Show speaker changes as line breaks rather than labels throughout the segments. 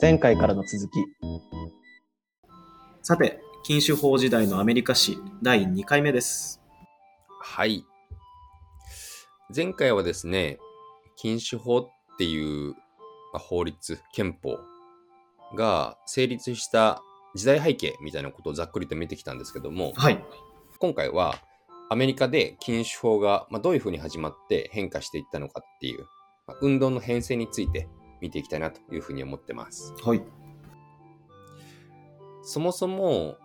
前回からの続き。
さて、禁酒法時代のアメリカ史第2回目です。
はい。前回はですね、禁酒法っていう、まあ法律、憲法が成立した時代背景みたいなことをざっくりと見てきたんですけども、
はい。
今回はアメリカで禁酒法が、まあ、どういうふうに始まって変化していったのかっていう、まあ運動の変遷について見ていきたいなというふうに思ってます。
はい。
そもそも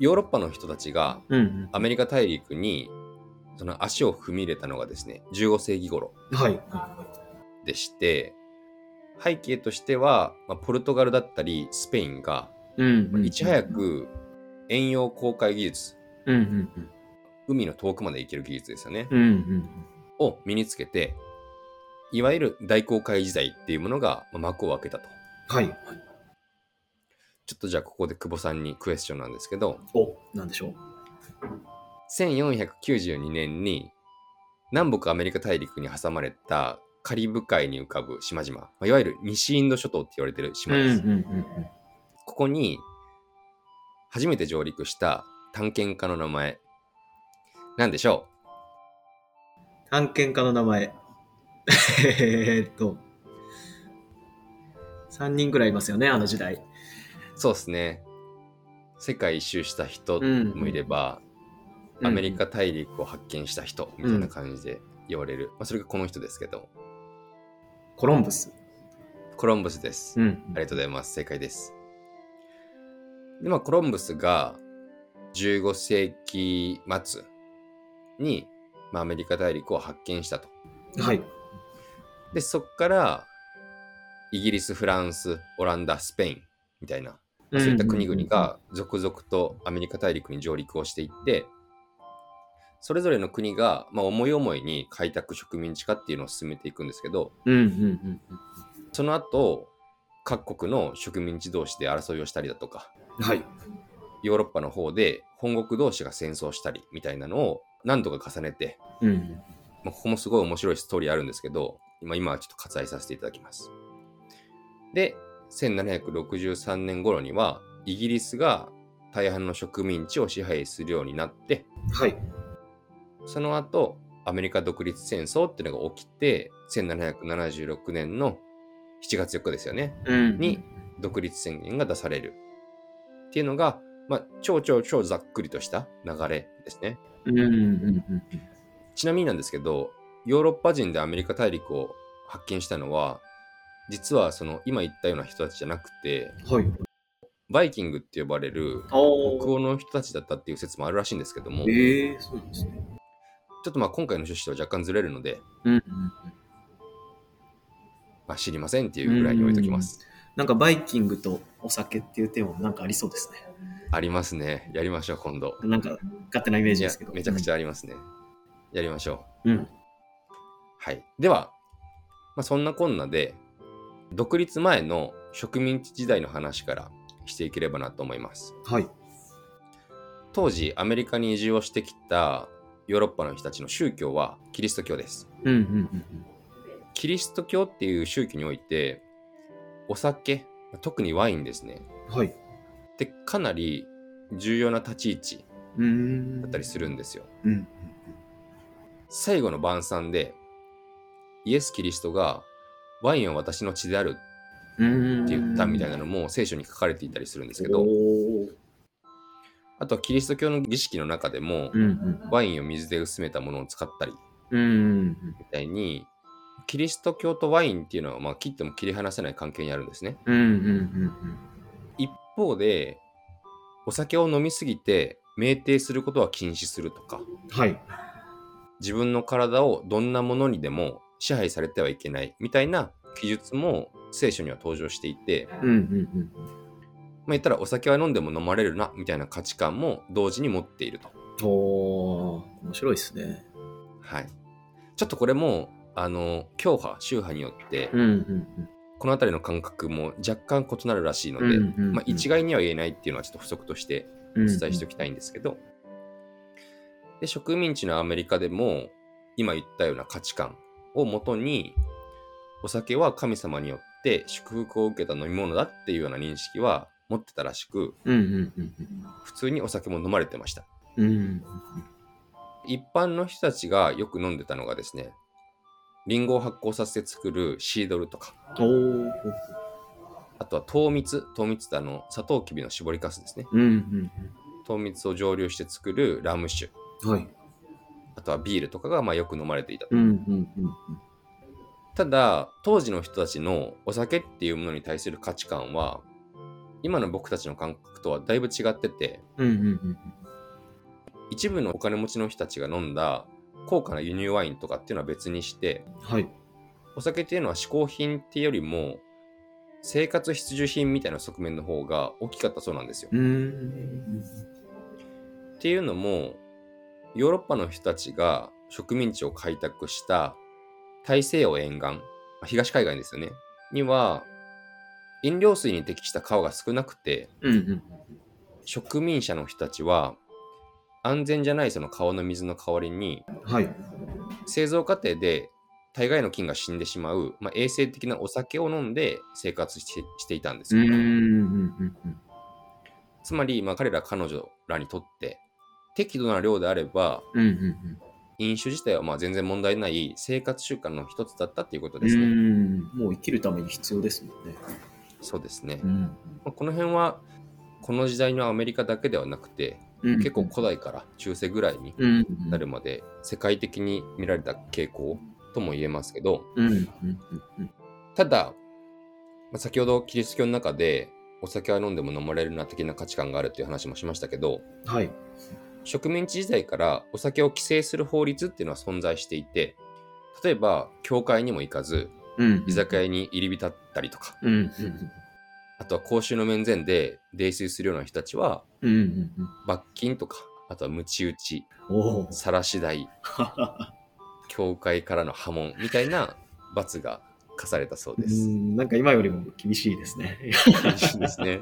ヨーロッパの人たちが
うん、
アメリカ大陸にその足を踏み入れたのがですね、15世紀頃。
うん。はい。
でして、背景としては、まあ、ポルトガルだったりスペインが、
うん
いち早。く遠洋航海技術、
うんうん
海の遠くまで行ける技術ですよね、
うん。うんうん。
を身につけて、いわゆる大航海時代っていうものがまあ幕を開けたと。
はい。
ちょっとじゃあここで久保さんにクエスチョンなんですけど、
お、なんでしょう。
1492年に南北アメリカ大陸に挟まれたカリブ海に浮かぶ島々、まあいわゆる西インド諸島って言われてる島です。
ん
ここに初めて上陸した探検家の名前、なんでしょ
探検家の名前。 えーっと、3人ぐらいいますよね、あの時代。
うそうですね。世界一周した人
うん
もいれば、アメリカ大陸を発見した人みたいな感じで言われる。まあ、それがこの人ですけど、
コロンブス。
コロンブスです。
ん
ありがとうございます。正解です。で、まあ、コロンブスが15世紀末に、まあ、アメリカ大陸を発見したと。
はい。
で、そっから、イギリス、フランス、オランダ、スペインみたいな、そういった国々が続々とアメリカ大陸に上陸をしていって、それぞれの国が、まあ、思い思いに開拓植民地化っていうのを進めていくんですけど、
うんうんうん
その後、各国の植民地同士で争いをしたりだとか、
うん。はい。
ヨーロッパの方で本国同士が戦争したりみたいなのを何度か重ねて、
うん。
まあ、ここもすごい面白いストーリーあるんですけど、今今はちょっと割愛させていただきます。で、1763年頃には、イギリスが大半の植民地を支配するようになって、
はい。
その後、アメリカ独立戦争っていうのが起きて、1776年の7月4日ですよね。
うん
に独立宣言が出される。っていうのが、まあ、超超超ざっくりとした流れですね。
うんうんうん
ちなみになんですけど、ヨーロッパ人でアメリカ大陸を発見したのは、実はその今言ったような人たちじゃなくて、
うん。はい。
バイキングって呼ばれる北
おー。
欧の人たちだったっていう説もあるらしいんですけども、ち
ええー、そうなんですね。
ょっとまあ今回の趣旨とは若干ずれるので、
うんうん。
まあ、知りませんっていうぐらいに置いときます。
なんかバイキングとお酒っていうテーマもなんかありそうですね。
ありますね。やりましょう、今度。
なんか勝手なイメー
い
ジで
や
すけど。
めちゃくちゃありますね。やりましょう。
うん。
はい。では、まあ、そんなこんなで、独立前の植民地時代の話からしていければなと思います。
はい。
当時、アメリカに移住をしてきたヨーロッパの人たちの宗教はキリスト教です。
うんうん
キリスト教っていう宗教において、お酒、特にワインですね。
うん。はい。
ってかなり重要な立ち位置
うーん。
だったりするんですよ。
うん。
最後の晩餐で、イエス・キリストがワインは私の血である
うん。
って言ったみたいな
で
のも聖書に書かれていたりするんです
す
けど、あとはキリスト教の儀式の中でも
うんうん。
ワインを水で薄めたものを使ったり
うん。
みたいにキリスト教とワインっていうのはまあ切っても切り離せない関係にあるんですね
うんうんうん
一方でお酒を飲みすぎて酩酊することは禁止するとか
うん。はい。
自分の体をどんなものにでも支配されてはいけないみたいな記述も聖書には登場していて、ま
うんうん
あ、言ったらお酒は飲んでも飲まれるなみたいな価値観も同時に持っていると
うん。おー、面白いですね。
はい。ちょっとこれも、あの、教派、宗派によって、
うんうん
この辺りの感覚も若干異なるらしいの
う
で、
ん。うんうんうん
まあ、一概には言えないっていうのはちょっと補足として
お
お伝えしてお
き
きたいんですけど、で植民地のアメリカでも、今言ったような価値観をもとに、お酒は神様によっって祝福を受けた飲み物だっていうような認識は持ってたらしく
うんうんうん
普通にお酒も飲まれてました
うんうん
一般の人たちがよく飲んでたのがですねリンゴを発酵させて作るシードルとか
おー
あとは糖蜜糖蜜ってあのサトウキビの搾りかすですね
うんうん
糖蜜を蒸留して作るラム酒
うんはい
あとはビールとかがまあよく飲まれていたと
うんうんうん
ただ当時の人たちのお酒っていうものに対する価値観は今の僕たちの感覚とはだいぶ違ってて
うんうんうん
一部のお金持ちの人たちが飲んだ高価な輸入ワインとかっていうのは別にして
はい
お酒っていうのは嗜好品っていうよりも生活必需品みたいな側面の方が大きかったそうなんですよ。
うーん
っていうのもヨーロッパの人たちが植民地を開拓した大西洋沿岸まあ東海岸ですよねには飲料水に適した川が少なくて
うんうん
植民者の人たちは安全じゃないその川の水の代わりに
はい
製造過程で大概の菌が死んでしまう、まあ、衛生的なお酒を飲んで生活してしていたんです
う
よ。
んうんうんうん
つまり、まあ、彼ら彼女らにとって適度な量であれば
うんうん
飲酒自体はまあ全然問題ない生活習慣の一つだったっていうこと
う
ですね。
んもう生きるために必要ですもんね
そうですね。
ん
まあこの辺はこの時代のアメリカだけではなくて
うん
結構古代から中世ぐらいに
うんうん
なるまで世界的に見られた傾向とも言えますけど
うんうんうん
ただまあ先ほどキリスト教の中でお酒は飲んでも飲まれるな的な価値観があるっていう話もしましたけど
うんはい
植民地時代からお酒を規制する法律っていうのは存在していて例えば教会にも行かず
うん
居酒屋に入り浸ったりとか
うんうん
あとは公衆の面前で泥酔するような人たちは
うんうんうん
罰金とかあとは鞭打ち
おお
晒し台教会からの波紋みたいな罰が課されたそうです。
なんか今よりも厳しいですね
厳しいですね。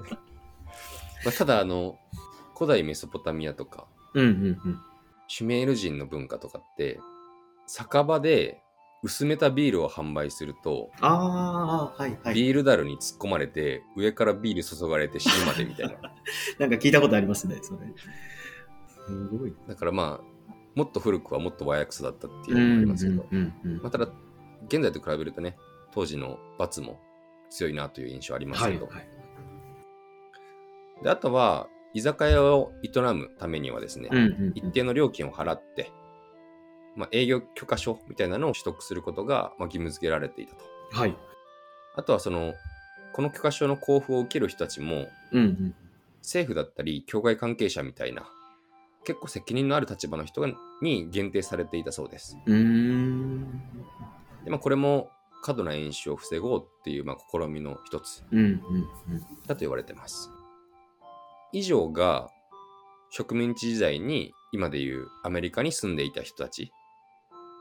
まあ、ただあの古代メソポタミアとか
うんうん
シュメール人の文化とかって酒場で薄めたビールを販売すると、
ああはいはい
ビールダルに突っ込まれて上からビール注がれて死ぬまでみたいな
なんか聞いたことありますねそれすごい
だからまあもっと古くはもっと和訳だったっていうのもありますけど、
うんうん
まあ、ただ現在と比べるとね当時の罰も強いなという印象あります
は
け
い
ど、
はい
であとは居酒屋を営むためにはですね、
うんうん
一定の料金を払って、まあ、営業許可証みたいなのを取得することがまあ義務付けられていたと
はい
あとはそのこの許可証の交付を受ける人たちも
うんうん
政府だったり教会関係者みたいな結構責任のある立場の人がに限定されていたそうです
うーん
で、まあ、これも過度な飲酒を防ごうっていうまあ試みの一つ
うんうん
だと言われてます。以上が植民地時代に今でいうアメリカに住んでいた人たち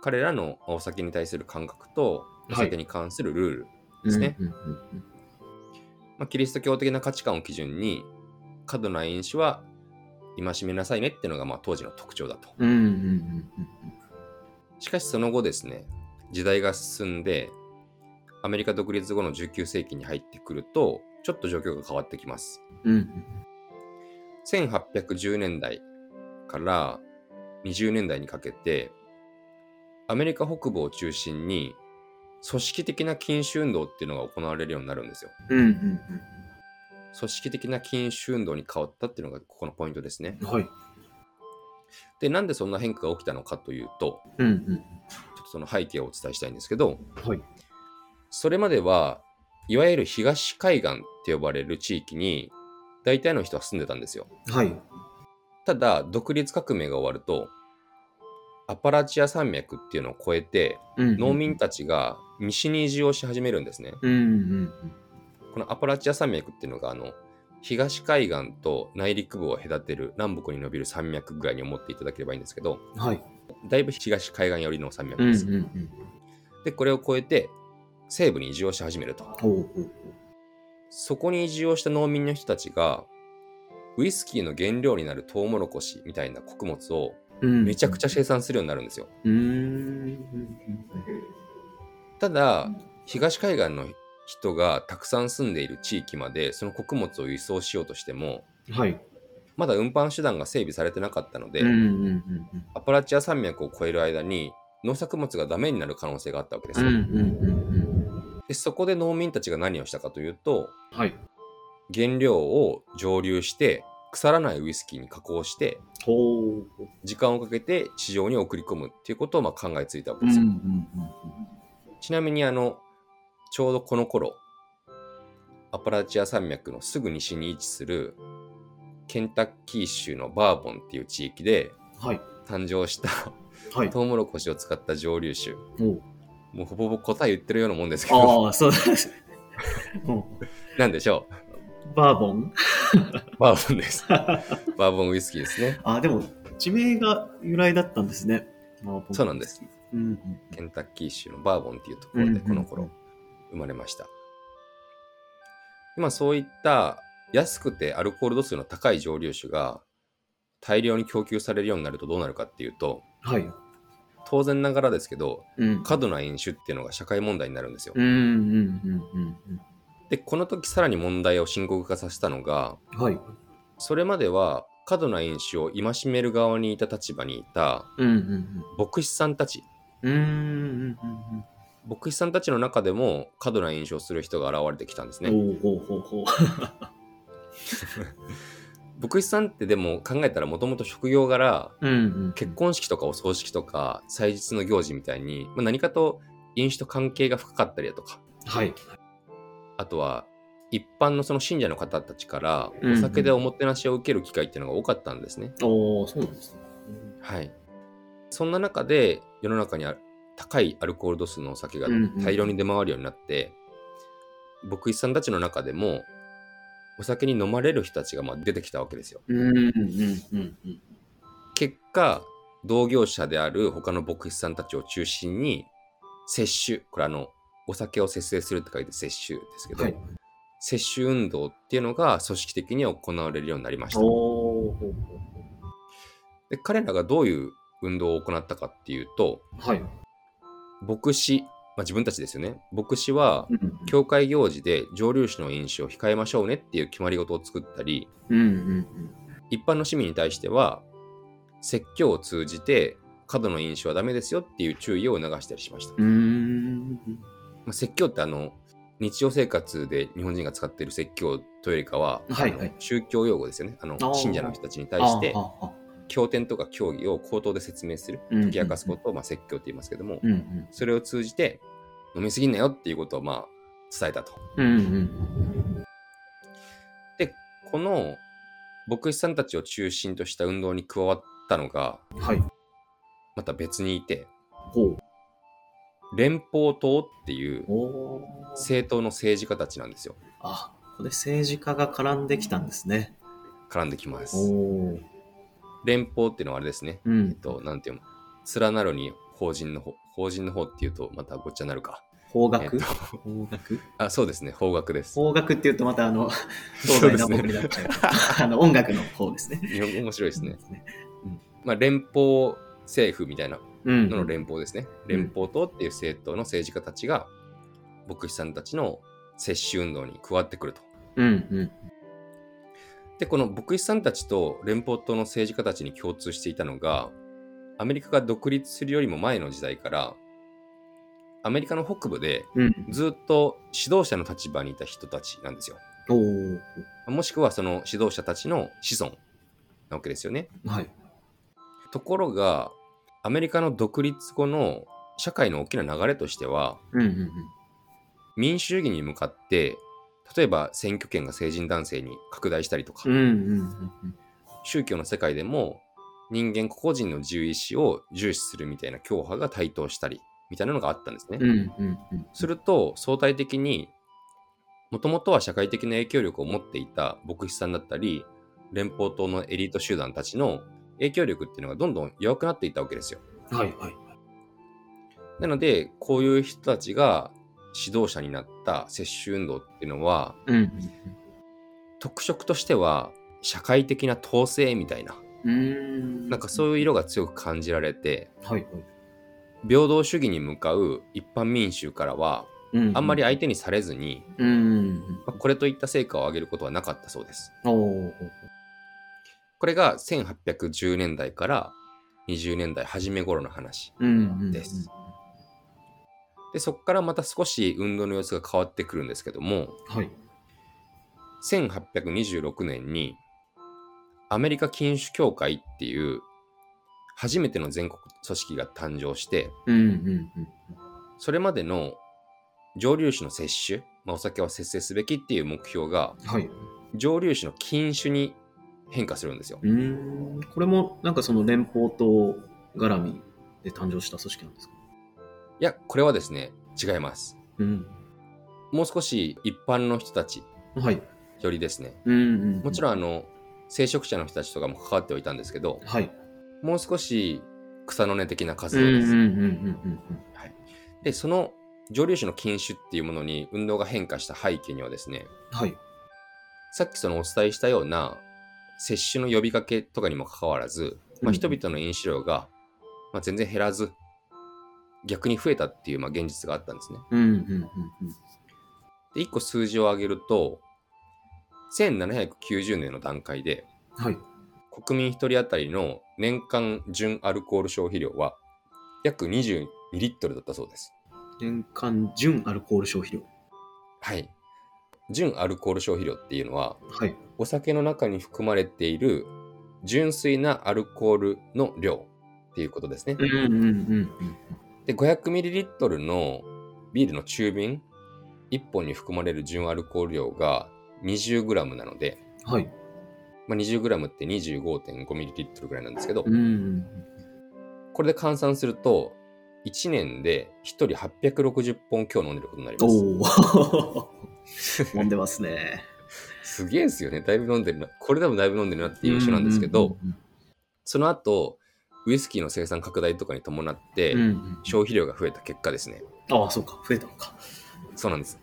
彼らのお酒に対する感覚とお
はい
酒に関するルール、
うん
ですね
うんうんうん
まあ、キリスト教的な価値観を基準に過度な飲酒は戒めなさいねっていうのがまあ当時の特徴だと
うんうんうんうん
しかしその後ですね時代が進んでアメリカ独立後の19世紀に入ってくるとちょっと状況が変わってきます
うんうん
1810年代から20年代にかけてアメリカ北部を中心に組織的な禁酒運動っていうのが行われるようになるんですよ。
うんうん
組織的な禁酒運動に変わったっていうのがここのポイントですね。
うんはい
で、なんでそんな変化が起きたのかというと、
うんうん
ちょっとその背景をお伝えしたいんですけど、
はい
それまではいわゆる東海岸って呼ばれる地域に大体の人は住んでたんですよ。
はい
ただ独立革命が終わるとアパラチア山脈っていうのを越えて農民たちが西に移住をし始めるんですね。
うんうん
このアパラチア山脈っていうのがあの東海岸と内陸部を隔てる南北に伸びる山脈ぐらいに思っていただければいいんですけど
うんはい
だいぶ東海岸寄りの山脈
うんうん
です。
うん
でこれを越えて西部に移住をし始めると。
ほうほう
そこに移住をした農民の人たちがウイスキーの原料になるトウモロコシみたいな穀物を
ほうめ
めちゃくちゃ生産するようになるんですよ。
うーん
ただ東海岸の人がたくさん住んでいる地域までその穀物を輸送しようとしても
はい。
まだ運搬手段が整備されてなかったので、
うんうんうんうん。
アパラチア山脈を越える間に農作物がダメになる可能性があったわけです
うんう
よ、
んうんうん。
でそこで農民たちが何をしたかというと
はい。
原料を蒸留して腐らないウイスキーに加工して
ほう。
時間をかけて市場に送り込むっていうことをまあ考えついたわけ
うんうん
です
う
よ、
ん
ちなみにあのちょうどこの頃アパラチア山脈のすぐ西に位置するケンタッキー州のバーボンっていう地域で
うん。はい。
誕生した
はい。
トウモロコシを使った蒸留酒
おう
もうほぼほぼ答え言ってるようなもんですけど
ああ、そうです。うん
なんでしょ
バーボン
うバーボンです バーボンウイスキーですね
あ、でも、地名が由来だったんですね。バーボン
そうなんで。す
うんうん
ケンタッキー州のバーボンっていうところ
うんう
で
ん
この頃生まれました。今そういった安くてアルコール度数の高い蒸留酒が大量に供給されるようになるとどうなるかっていうと
はい。
当然ながらですけど
うん。
過度な飲酒っていうのが社会問題になるんですよ
う。んうんうんうん
でこの時さらに問題を深刻化させたのが
うん。はい。
それまでは過度な飲酒を戒める側にいた立場にいた
うんうん
牧師さんたち
うん。うんうんうん
牧師さんたちの中でも過度な飲酒をする人が現れてきたんです
う
ね。
ん。ほうほうほうほ
牧師さんってでも考えたらもともと職業柄
う。うんうん。
結婚式とかお葬式とか祭日の行事みたいに、まあ、何かと飲酒と関係が深かったりだとか
はい。
あとは一般のその信者の方たちから
うんうん
お酒でおもてなしを受ける機会っていうのが多かったんですね、
おおそうなんですね。
はいそんな中で世の中にある高いアルコール度数のお酒が大量に出回るようになって、牧師さんたちの中でもお酒に飲まれる人たちがまあ出てきたわけですよ
うんうんうんうん。
結果同業者である他の牧師さんたちを中心に摂取これあのお酒を節制するって書いて摂取ですけど、
はい
摂取運動っていうのが組織的に行われるようになりました
おおほうほ
で彼らがどういう運動を行ったかっていうと
う。はい。
牧師、まあ、自分たちですよね牧師は
うん
教会行事で蒸留酒の飲酒を控えましょうねっていう決まり事を作ったり
うんうん
一般の市民に対しては説教を通じて過度の飲酒はダメですよっていう注意を促したりしました、
うん。うーん。
まあ説教ってあの日常生活で日本人が使っている説教というよりかは、
はい
あの
はい
宗教用語ですよねあの
あー
信者の人たちに対して
ああああ
経典とか教義を口頭で説明する
うん
解き明かすことをまあ説教って言いますけども、
うんうん。
それを通じて飲みすぎんなよっていうことをまあ伝えたと
うんうん。
でこの牧師さんたちを中心とした運動に加わったのが
はい。
また別にいて
ほう。
連邦党っていう
おお。
政党の政治家たちなんですよ
あ、ここで政治家が絡んできたんですね。
絡んできます
おお。
連邦っていうのはあれですね
う
え
ん
っ。と、なんていうの連なるに法人の方、法人の方っていうとまたごっちゃになるか。
方
えっ
角
と、
方角
あ、そうですね、方角です。
方角って言うとまたあの、
そ
東
うで
西
す
南
ね
北になっちゃう。あの、音楽の方ですね。
日本語面白いですね。
そうね。
まあ、連邦政府みたいな
うん。
のの連邦ですね。連邦党っていう政党の政治家たちが、牧師さんたちの接種運動に加わってくると。
うんうん。
で、この牧師さんたちと連邦党の政治家たちに共通していたのが、アメリカが独立するよりも前の時代から、アメリカの北部で
うん。
ずっと指導者の立場にいた人たちなんですよ。
おお。
もしくはその指導者たちの子孫なわけですよね。
はい。
ところが、アメリカの独立後の社会の大きな流れとしては、
うんうんうん。
民主主義に向かって、例えば選挙権が成人男性に拡大したりとか、
うんうんうんうん。
宗教の世界でも人間個々人の自由意志を重視するみたいな教派が台頭したり、みたいなのがあったんですね。
うんうんうん。
すると、相対的に、もともとは社会的な影響力を持っていた牧師さんだったり、連邦党のエリート集団たちの影響力っていうのがどんどん弱くなっていったわけですよ。
はいはい。
なので、こういう人たちが指導者になった接種運動っていうのは、
うん。
特色としては社会的な統制みたいな、
うん。
なんかそういう色が強く感じられて、
はいはい。
平等主義に向かう一般民衆からは、
うん
あんまり相手にされずに、
うん。
まあこれといった成果を上げることはなかったそうです。
おー
これが1810年代から20年代初め頃の話。
うんうん。
ですで、そこからまた少し運動の様子が変わってくるんですけども、
はい。
1826年にアメリカ禁酒協会っていう初めての全国組織が誕生して、
うんうんうん。
それまでの蒸留酒の摂取、まあ、お酒は節制すべきっていう目標が
はい。
蒸留酒の禁酒に変化するんですよ
う。ーん。これも、なんかその連邦党絡みで誕生した組織なんですか
いや、これはですね、違います。
うん。
もう少し一般の人たち
はい。
よりですね、
うんうん。
もち
ん。
ろんあの、聖職者の人たちとかも関わってはいたんですけど、
はい。
もう少し草の根的な活
うん
動
うん
で
うん
す。
うんうん。
で、その蒸留酒の禁酒っていうものに運動が変化した背景にはですね、
はい。
さっきそのお伝えしたような接種の呼びかけとかにもかかわらず、
う
まあ、
ん
人々の飲酒量が、まあ、全然減らず逆に増えたっていうまあ現実があったんですね。
うんうんうんうん。
で1個数字を上げると1790年の段階で
はい。
国民1人当たりの年間純アルコール消費量は約22リットルだったそうです。
年間純アルコール消費量。
はい。純アルコール消費量っていうのは
はい。
お酒の中に含まれている純粋なアルコールの量っていうことですね。
うんうんうんうん。
で、500ml のビールの中瓶1本に含まれる純アルコール量が 20g なので、
はい。
まあ、20g って 25.5ml ぐらいなんですけど、
うんうん
これで換算すると、1年で1人860本強飲んでることになり
うん。
ます。
お お。飲んでますね。
すげえですよね。だいぶ飲んでるな。これでもだいぶ飲んでるなっていう印象なんですけど、その後、ウイスキーの生産拡大とかに伴って、
うんうんうんうん。うん
消費量が増えた結果ですね。
ああ、そうか。増えたのか。
そ うなんです。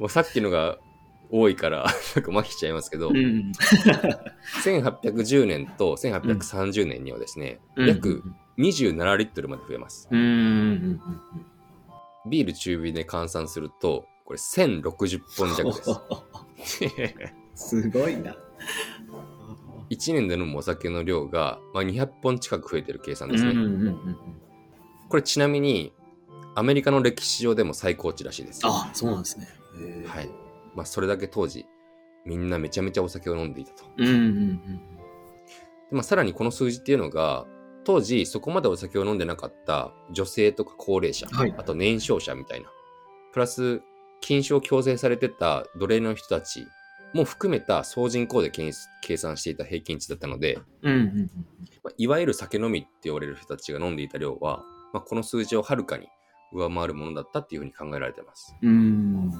もうさっきのが多いから、なんか麻痺しちゃいますけど、
うん。
1810年と1830年にはですね、約27リットルまで増えます。
うんうん
ビール中火で換算すると、これ1060本
うんうん。
弱 です。
すごいな。
1年で飲むお酒の量が、まあ、200本近く増えてる計算
う
で
ん
す
うん
ね。
うんうん。
これちなみに、アメリカの歴史上でも最高値らしいです。は
ああ、そうなんですね。へえ
い。まあ、それだけ当時、みんなめちゃめちゃお酒を飲んでいたと。
うんうん
でまあ、さらにこの数字っていうのが当時そこまでお酒を飲んでなかった女性とか高齢者、
はい
あと年少者みたいなプラス禁酒を強制されてた奴隷の人たちも含めた総人口で計計算していた平均値だったので、
うん。うんうん
まあ、いわゆる酒飲みって言われる人たちが飲んでいた量は、まあ、この数字をはるかに上回るものだったっていうふうに考えられてます
うん。うん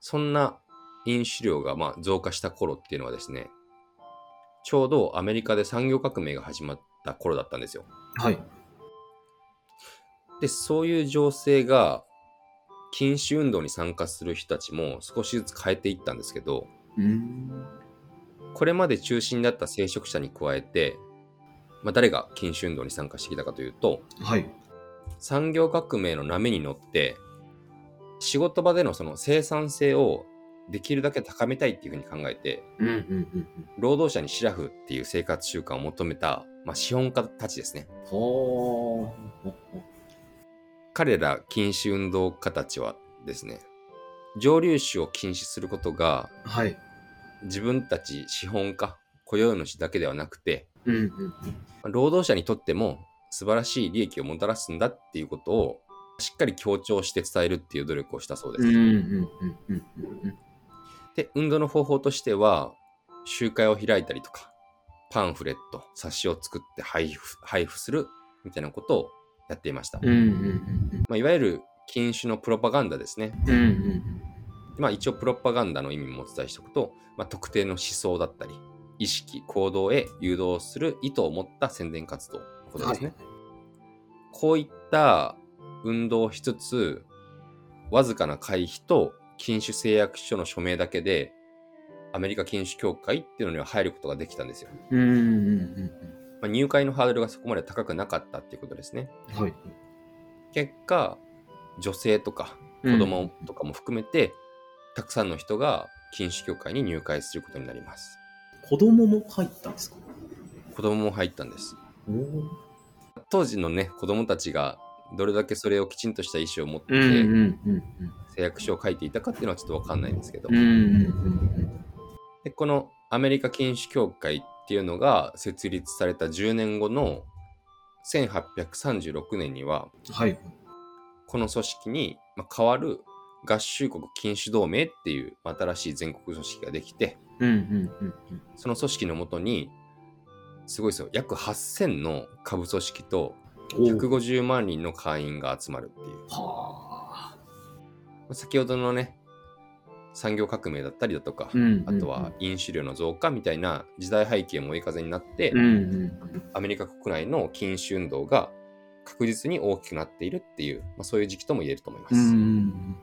そんな飲酒量がまあ増加した頃っていうのはですねちょうどアメリカで産業革命が始まった頃だったんですよ
はい。
で、そういう情勢が、禁酒運動に参加する人たちも少しずつ変えていったんですけど、
うん。
これまで中心だった聖職者に加えて、まあ、誰が禁酒運動に参加してきたかというと、
はい。
産業革命の波に乗って、仕事場でのその生産性をできるだけ高めたいっていうふうに考えて、
うんうんうん
労働者にシラフっていう生活習慣を求めた、まあ、資本家たちですね。
うん。ほー。
彼ら禁止運動家たちはですね蒸留酒を禁止することが
はい。
自分たち資本家雇用主だけではなくて
うんうん。
労働者にとっても素晴らしい利益をもたらすんだっていうことをしっかり強調して伝えるっていう努力をしたそうです。
うんうんうんうんうん
で運動の方法としては集会を開いたりとかパンフレット冊子を作って配布配布するみたいなことをやっていました、
うんうんうん
まあ、いわゆる禁酒のプロパガンダですね
うんうん
まあ、一応プロパガンダの意味もお伝えしておくと、まあ、特定の思想だったり意識行動へ誘導する意図を持った宣伝活動のことですね、こういった運動をしつつわずかな会費と禁酒誓約書の署名だけでアメリカ禁酒協会っていうのには入ることができたんですよ、
うんうん
まあ、入会のハードルがそこまで高くなかったっていうことですね
うんはい
結果女性とか子供とかも含めて、たくさんの人が禁酒協会に入会することになります。
子供も入ったんですか
子供も入ったんです。
おー
当時のね、子供たちがどれだけそれをきちんとした意思を持って
うんうんうん
誓約書を書いていたかっていうのはちょっとわかんないんですけど、
うんうんうん
でこのアメリカ禁酒協会っていうのが設立された10年後の1836年には、
うんはい
この組織にまあ変わる合衆国禁酒同盟っていうまあ新しい全国組織ができて、
うんうんうんうん
その組織のもとに、すごいですよ、約8000の下部組織と
おー
150万人の会員が集まるっていう。
はあ
まあ先ほどのね、産業革命だったりだとか、あとは飲酒量の増加みたいな時代背景も追い風になって、
うんうん
アメリカ国内の禁酒運動が確実に大きくなっているっていう、まあ、そういう時期とも言えると思います。
うんうん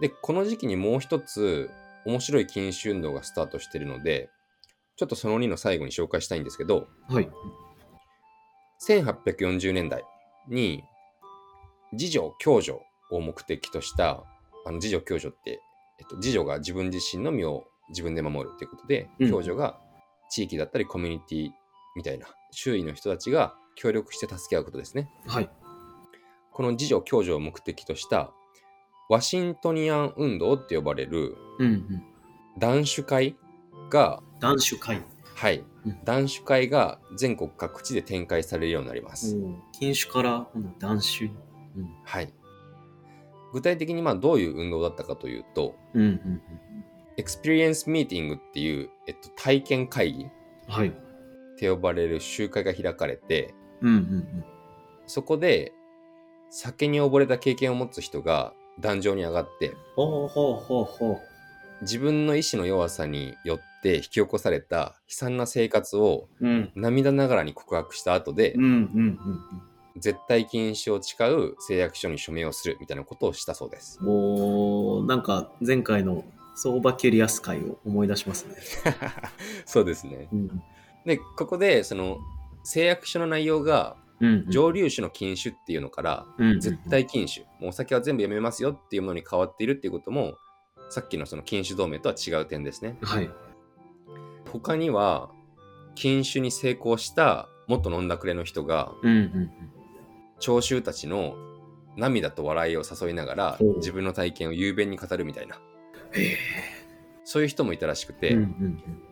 で、この時期にもう一つ面白い禁酒運動がスタートしているので、ちょっとその2の最後に紹介したいんですけど、
はい
1840年代に自助共助を目的としたあの自助共助って、えっと、自助が自分自身の身を自分で守るということで、
うん
共助が地域だったりコミュニティみたいな周囲の人たちが協力して助け合うことですね
はい
この自助共助を目的としたワシントニアン運動って呼ばれる
うんうん
男子会が
男子会
はい、
うん
男子会が全国各地で展開されるようになります、
禁酒から今度男子
はい。具体的にまあどういう運動だったかというと、
うんうん
エクスペリエンスミーティングっていう、えっと、体験会議
うんはい
って呼ばれる集会が開かれて、
うんうん
そこで酒に溺れた経験を持つ人が壇上に上がって、
うんはあはあはあはあ
自分の意志の弱さによって引き起こされた悲惨な生活を
うん
涙ながらに告白した後で、
うんうんうん
絶対禁止を誓う誓約書に署名をするみたいなことをしたそうです。
うんもうなんか前回の相場キュリアス会を思い出しますね
そうですね。
うん
で、ここでその誓約書の内容が
うん
蒸留酒の禁酒っていうのから絶対禁酒、もうお酒は全部やめますよっていうものに変わっているっていうこともさっきのその禁酒同盟とは違う点ですね
はい
他には禁酒に成功した元飲んだくれの人が
うんうん
聴衆たちの涙と笑いを誘いながら
ほう
自分の体験を雄弁に語るみたいな
へ
そういう人もいたらしくて、
うん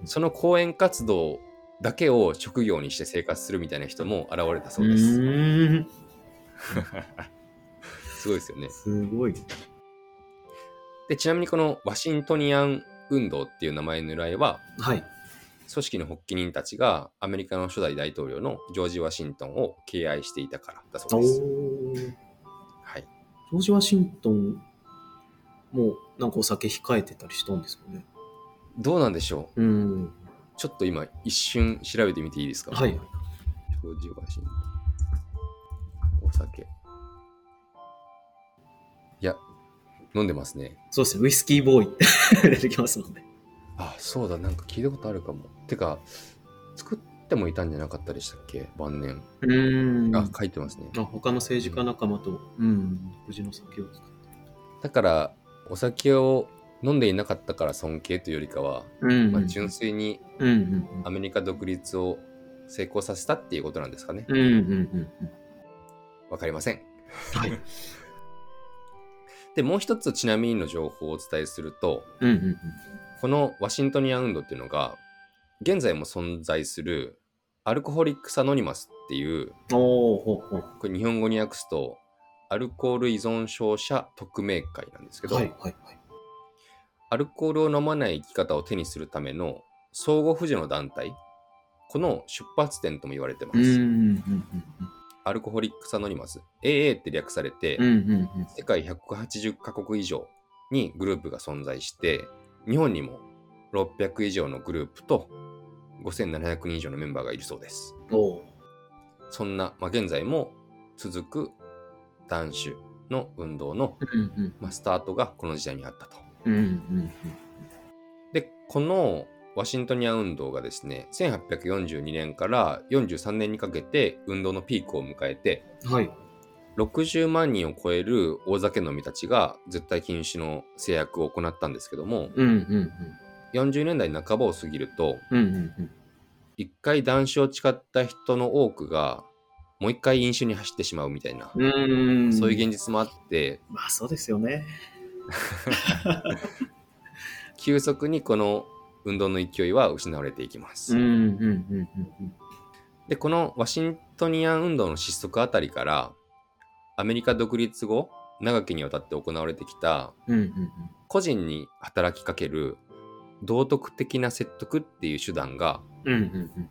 うん
その講演活動だけを職業にして生活するみたいな人も現れたそう
う
です、
ーん
すごいですよね
すごい
でちなみにこのワシントニアン運動っていう名前の由来は
はい
組織の発起人たちがアメリカの初代大統領のジョージ・ワシントンを敬愛していたからだそ
お
うです。
ー
はい、
ジョージ・ワシントンもなんかお酒控えてたりしたんですよね。
どうなんでしょう
うん。
ちょっと今一瞬調べてみていいですか
はい
ジ。ョージ・ワシントン。お酒。いや、飲んでますね。
そうですね。ウイスキーボーイ出て きますもんね。
あ、そうだ、なんか聞いたことあるかも。てか、作ってもいたんじゃなかったでしたっけ晩年。
うん
あ
あ、
書いてますね。
他の政治家仲間と、うん、無事の酒を使って。
だから、お酒を飲んでいなかったから尊敬というよりかは、
うん
まあ、純粋に
うんうん
アメリカ独立を成功させたっていうことなんですかね。
うん。うんうんうんうん。
わかりません。
はい。
で、もう一つちなみにの情報をお伝えすると、
うんうんうん。
このワシントニア運動っていうのが、現在も存在するアルコホリックス・アノニマスっていう、
おー、ほうほう。
これ日本語に訳すと、アルコール依存症者特命会なんですけど、
はいはいはい。
アルコールを飲まない生き方を手にするための相互扶助の団体、この出発点とも言われてま
うん
す。
うんうん
アルコホリックス・アノニマス、AA って略されて、
うん。うんうんうん。
世界180カ国以上にグループが存在して、日本にも600以上のグループと5700人以上のメンバーがいるそうです。
おー。
そんな、まあ、現在も続く男子の運動の、
うんうん
まあ、スタートがこの時代にあったと。
うんうん
で、このワシントニア運動がですね、1842年から43年にかけて運動のピークを迎えて、
うん。はい。
60万人を超える大酒飲みたちが絶対禁止の制約を行ったんですけども
うんうん
40年代半ばを過ぎると
うん。うんうんうん。
一回断酒を誓った人の多くがもう一回飲酒に走ってしまうみたいな、
うーん
そういう現実もあって
まあそうですよね。
急速にこの運動の勢いは失われていきます、
うんうんうん
でこのワシントニアン運動の失速あたりからアメリカ独立後長きにわたって行われてきた
うんうん。うんうん
個人に働きかける道徳的な説得っていう手段が
うん。うんうんうん。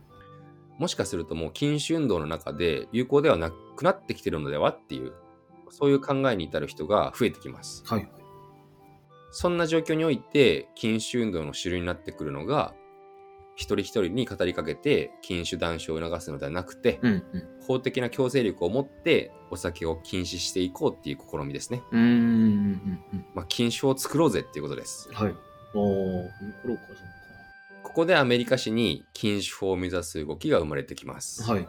もしかするともう禁酒運動の中で有効ではなくなってきてるのではっていうそういう考えに至る人が増えてきます
はい。
そんな状況において禁酒運動の主流になってくるのが一人一人に語りかけて禁酒断酒を促すのではなくて
うん
法的な強制力を持ってお酒を禁止していこうっていう試みですね、
うん。うんうん
まあ、禁酒を作ろうぜっていうことです
うん。はい。おお。この頃かそ
ここでアメリカ史に禁酒法を目指す動きが生まれてきます、
うか。はい。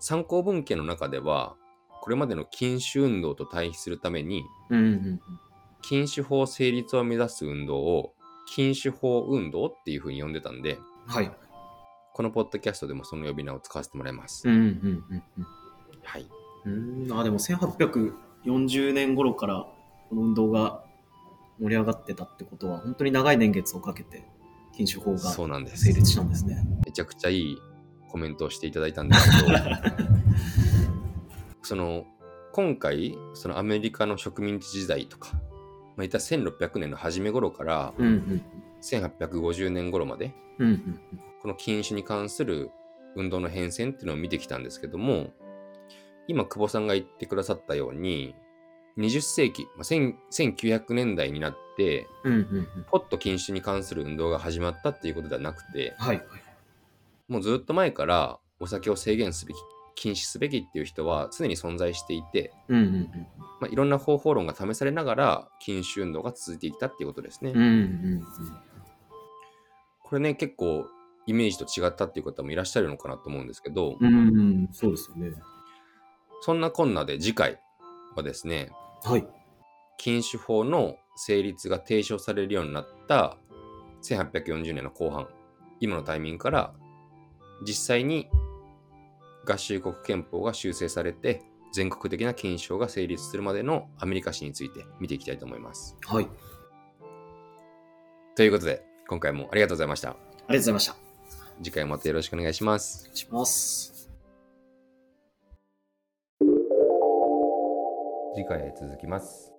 参考文献の中ではこれまでの禁酒運動と対比するために
うんうん
禁酒法成立を目指す運動を禁酒法運動っていうふうに呼んでたんで
うん。はい。
このポッドキャストでもその呼び名を使わせてもらいます、
うんうんうんうん。
はい、
うんあでも1840年頃からこの運動が盛り上がってたってことは本当に長い年月をかけて禁酒法が
そうなんです
成立したんですね。
めちゃくちゃいいコメントをしていただいたんですけどその今回そのアメリカの植民地時代とか、まあ、いったら1600年の初め頃から
うんうん
1850年頃まで
うんうん
この禁酒に関する運動の変遷っていうのを見てきたんですけども、今、久保さんが言ってくださったように、20世紀、まあ、1000 1900年代になって、
うんうんうん
ポッと禁酒に関する運動が始まったっていうことではなくて、
はいはい。
もうずっと前からお酒を制限すべき、禁止すべきっていう人は常に存在していて、
うんうん
まあ、いろんな方法論が試されながら禁酒運動が続いていったっていうことですね。
うんうんうん
これね、結構イメージと違ったっていう方もいらっしゃるのかなと思うんですけど、
うんうんうんそうですよね。
そんなこんなで次回はですね、
はい。
禁酒法の成立が提唱されるようになった1840年の後半、今のタイミングから実際に合衆国憲法が修正されて全国的な禁酒法が成立するまでのアメリカ史について見ていきたいと思います。
はい。ありが
ということで、今回もありがとうございました。
とうございました。
次回もまたよろしくお願いします。
失礼します。
次回へ続きます。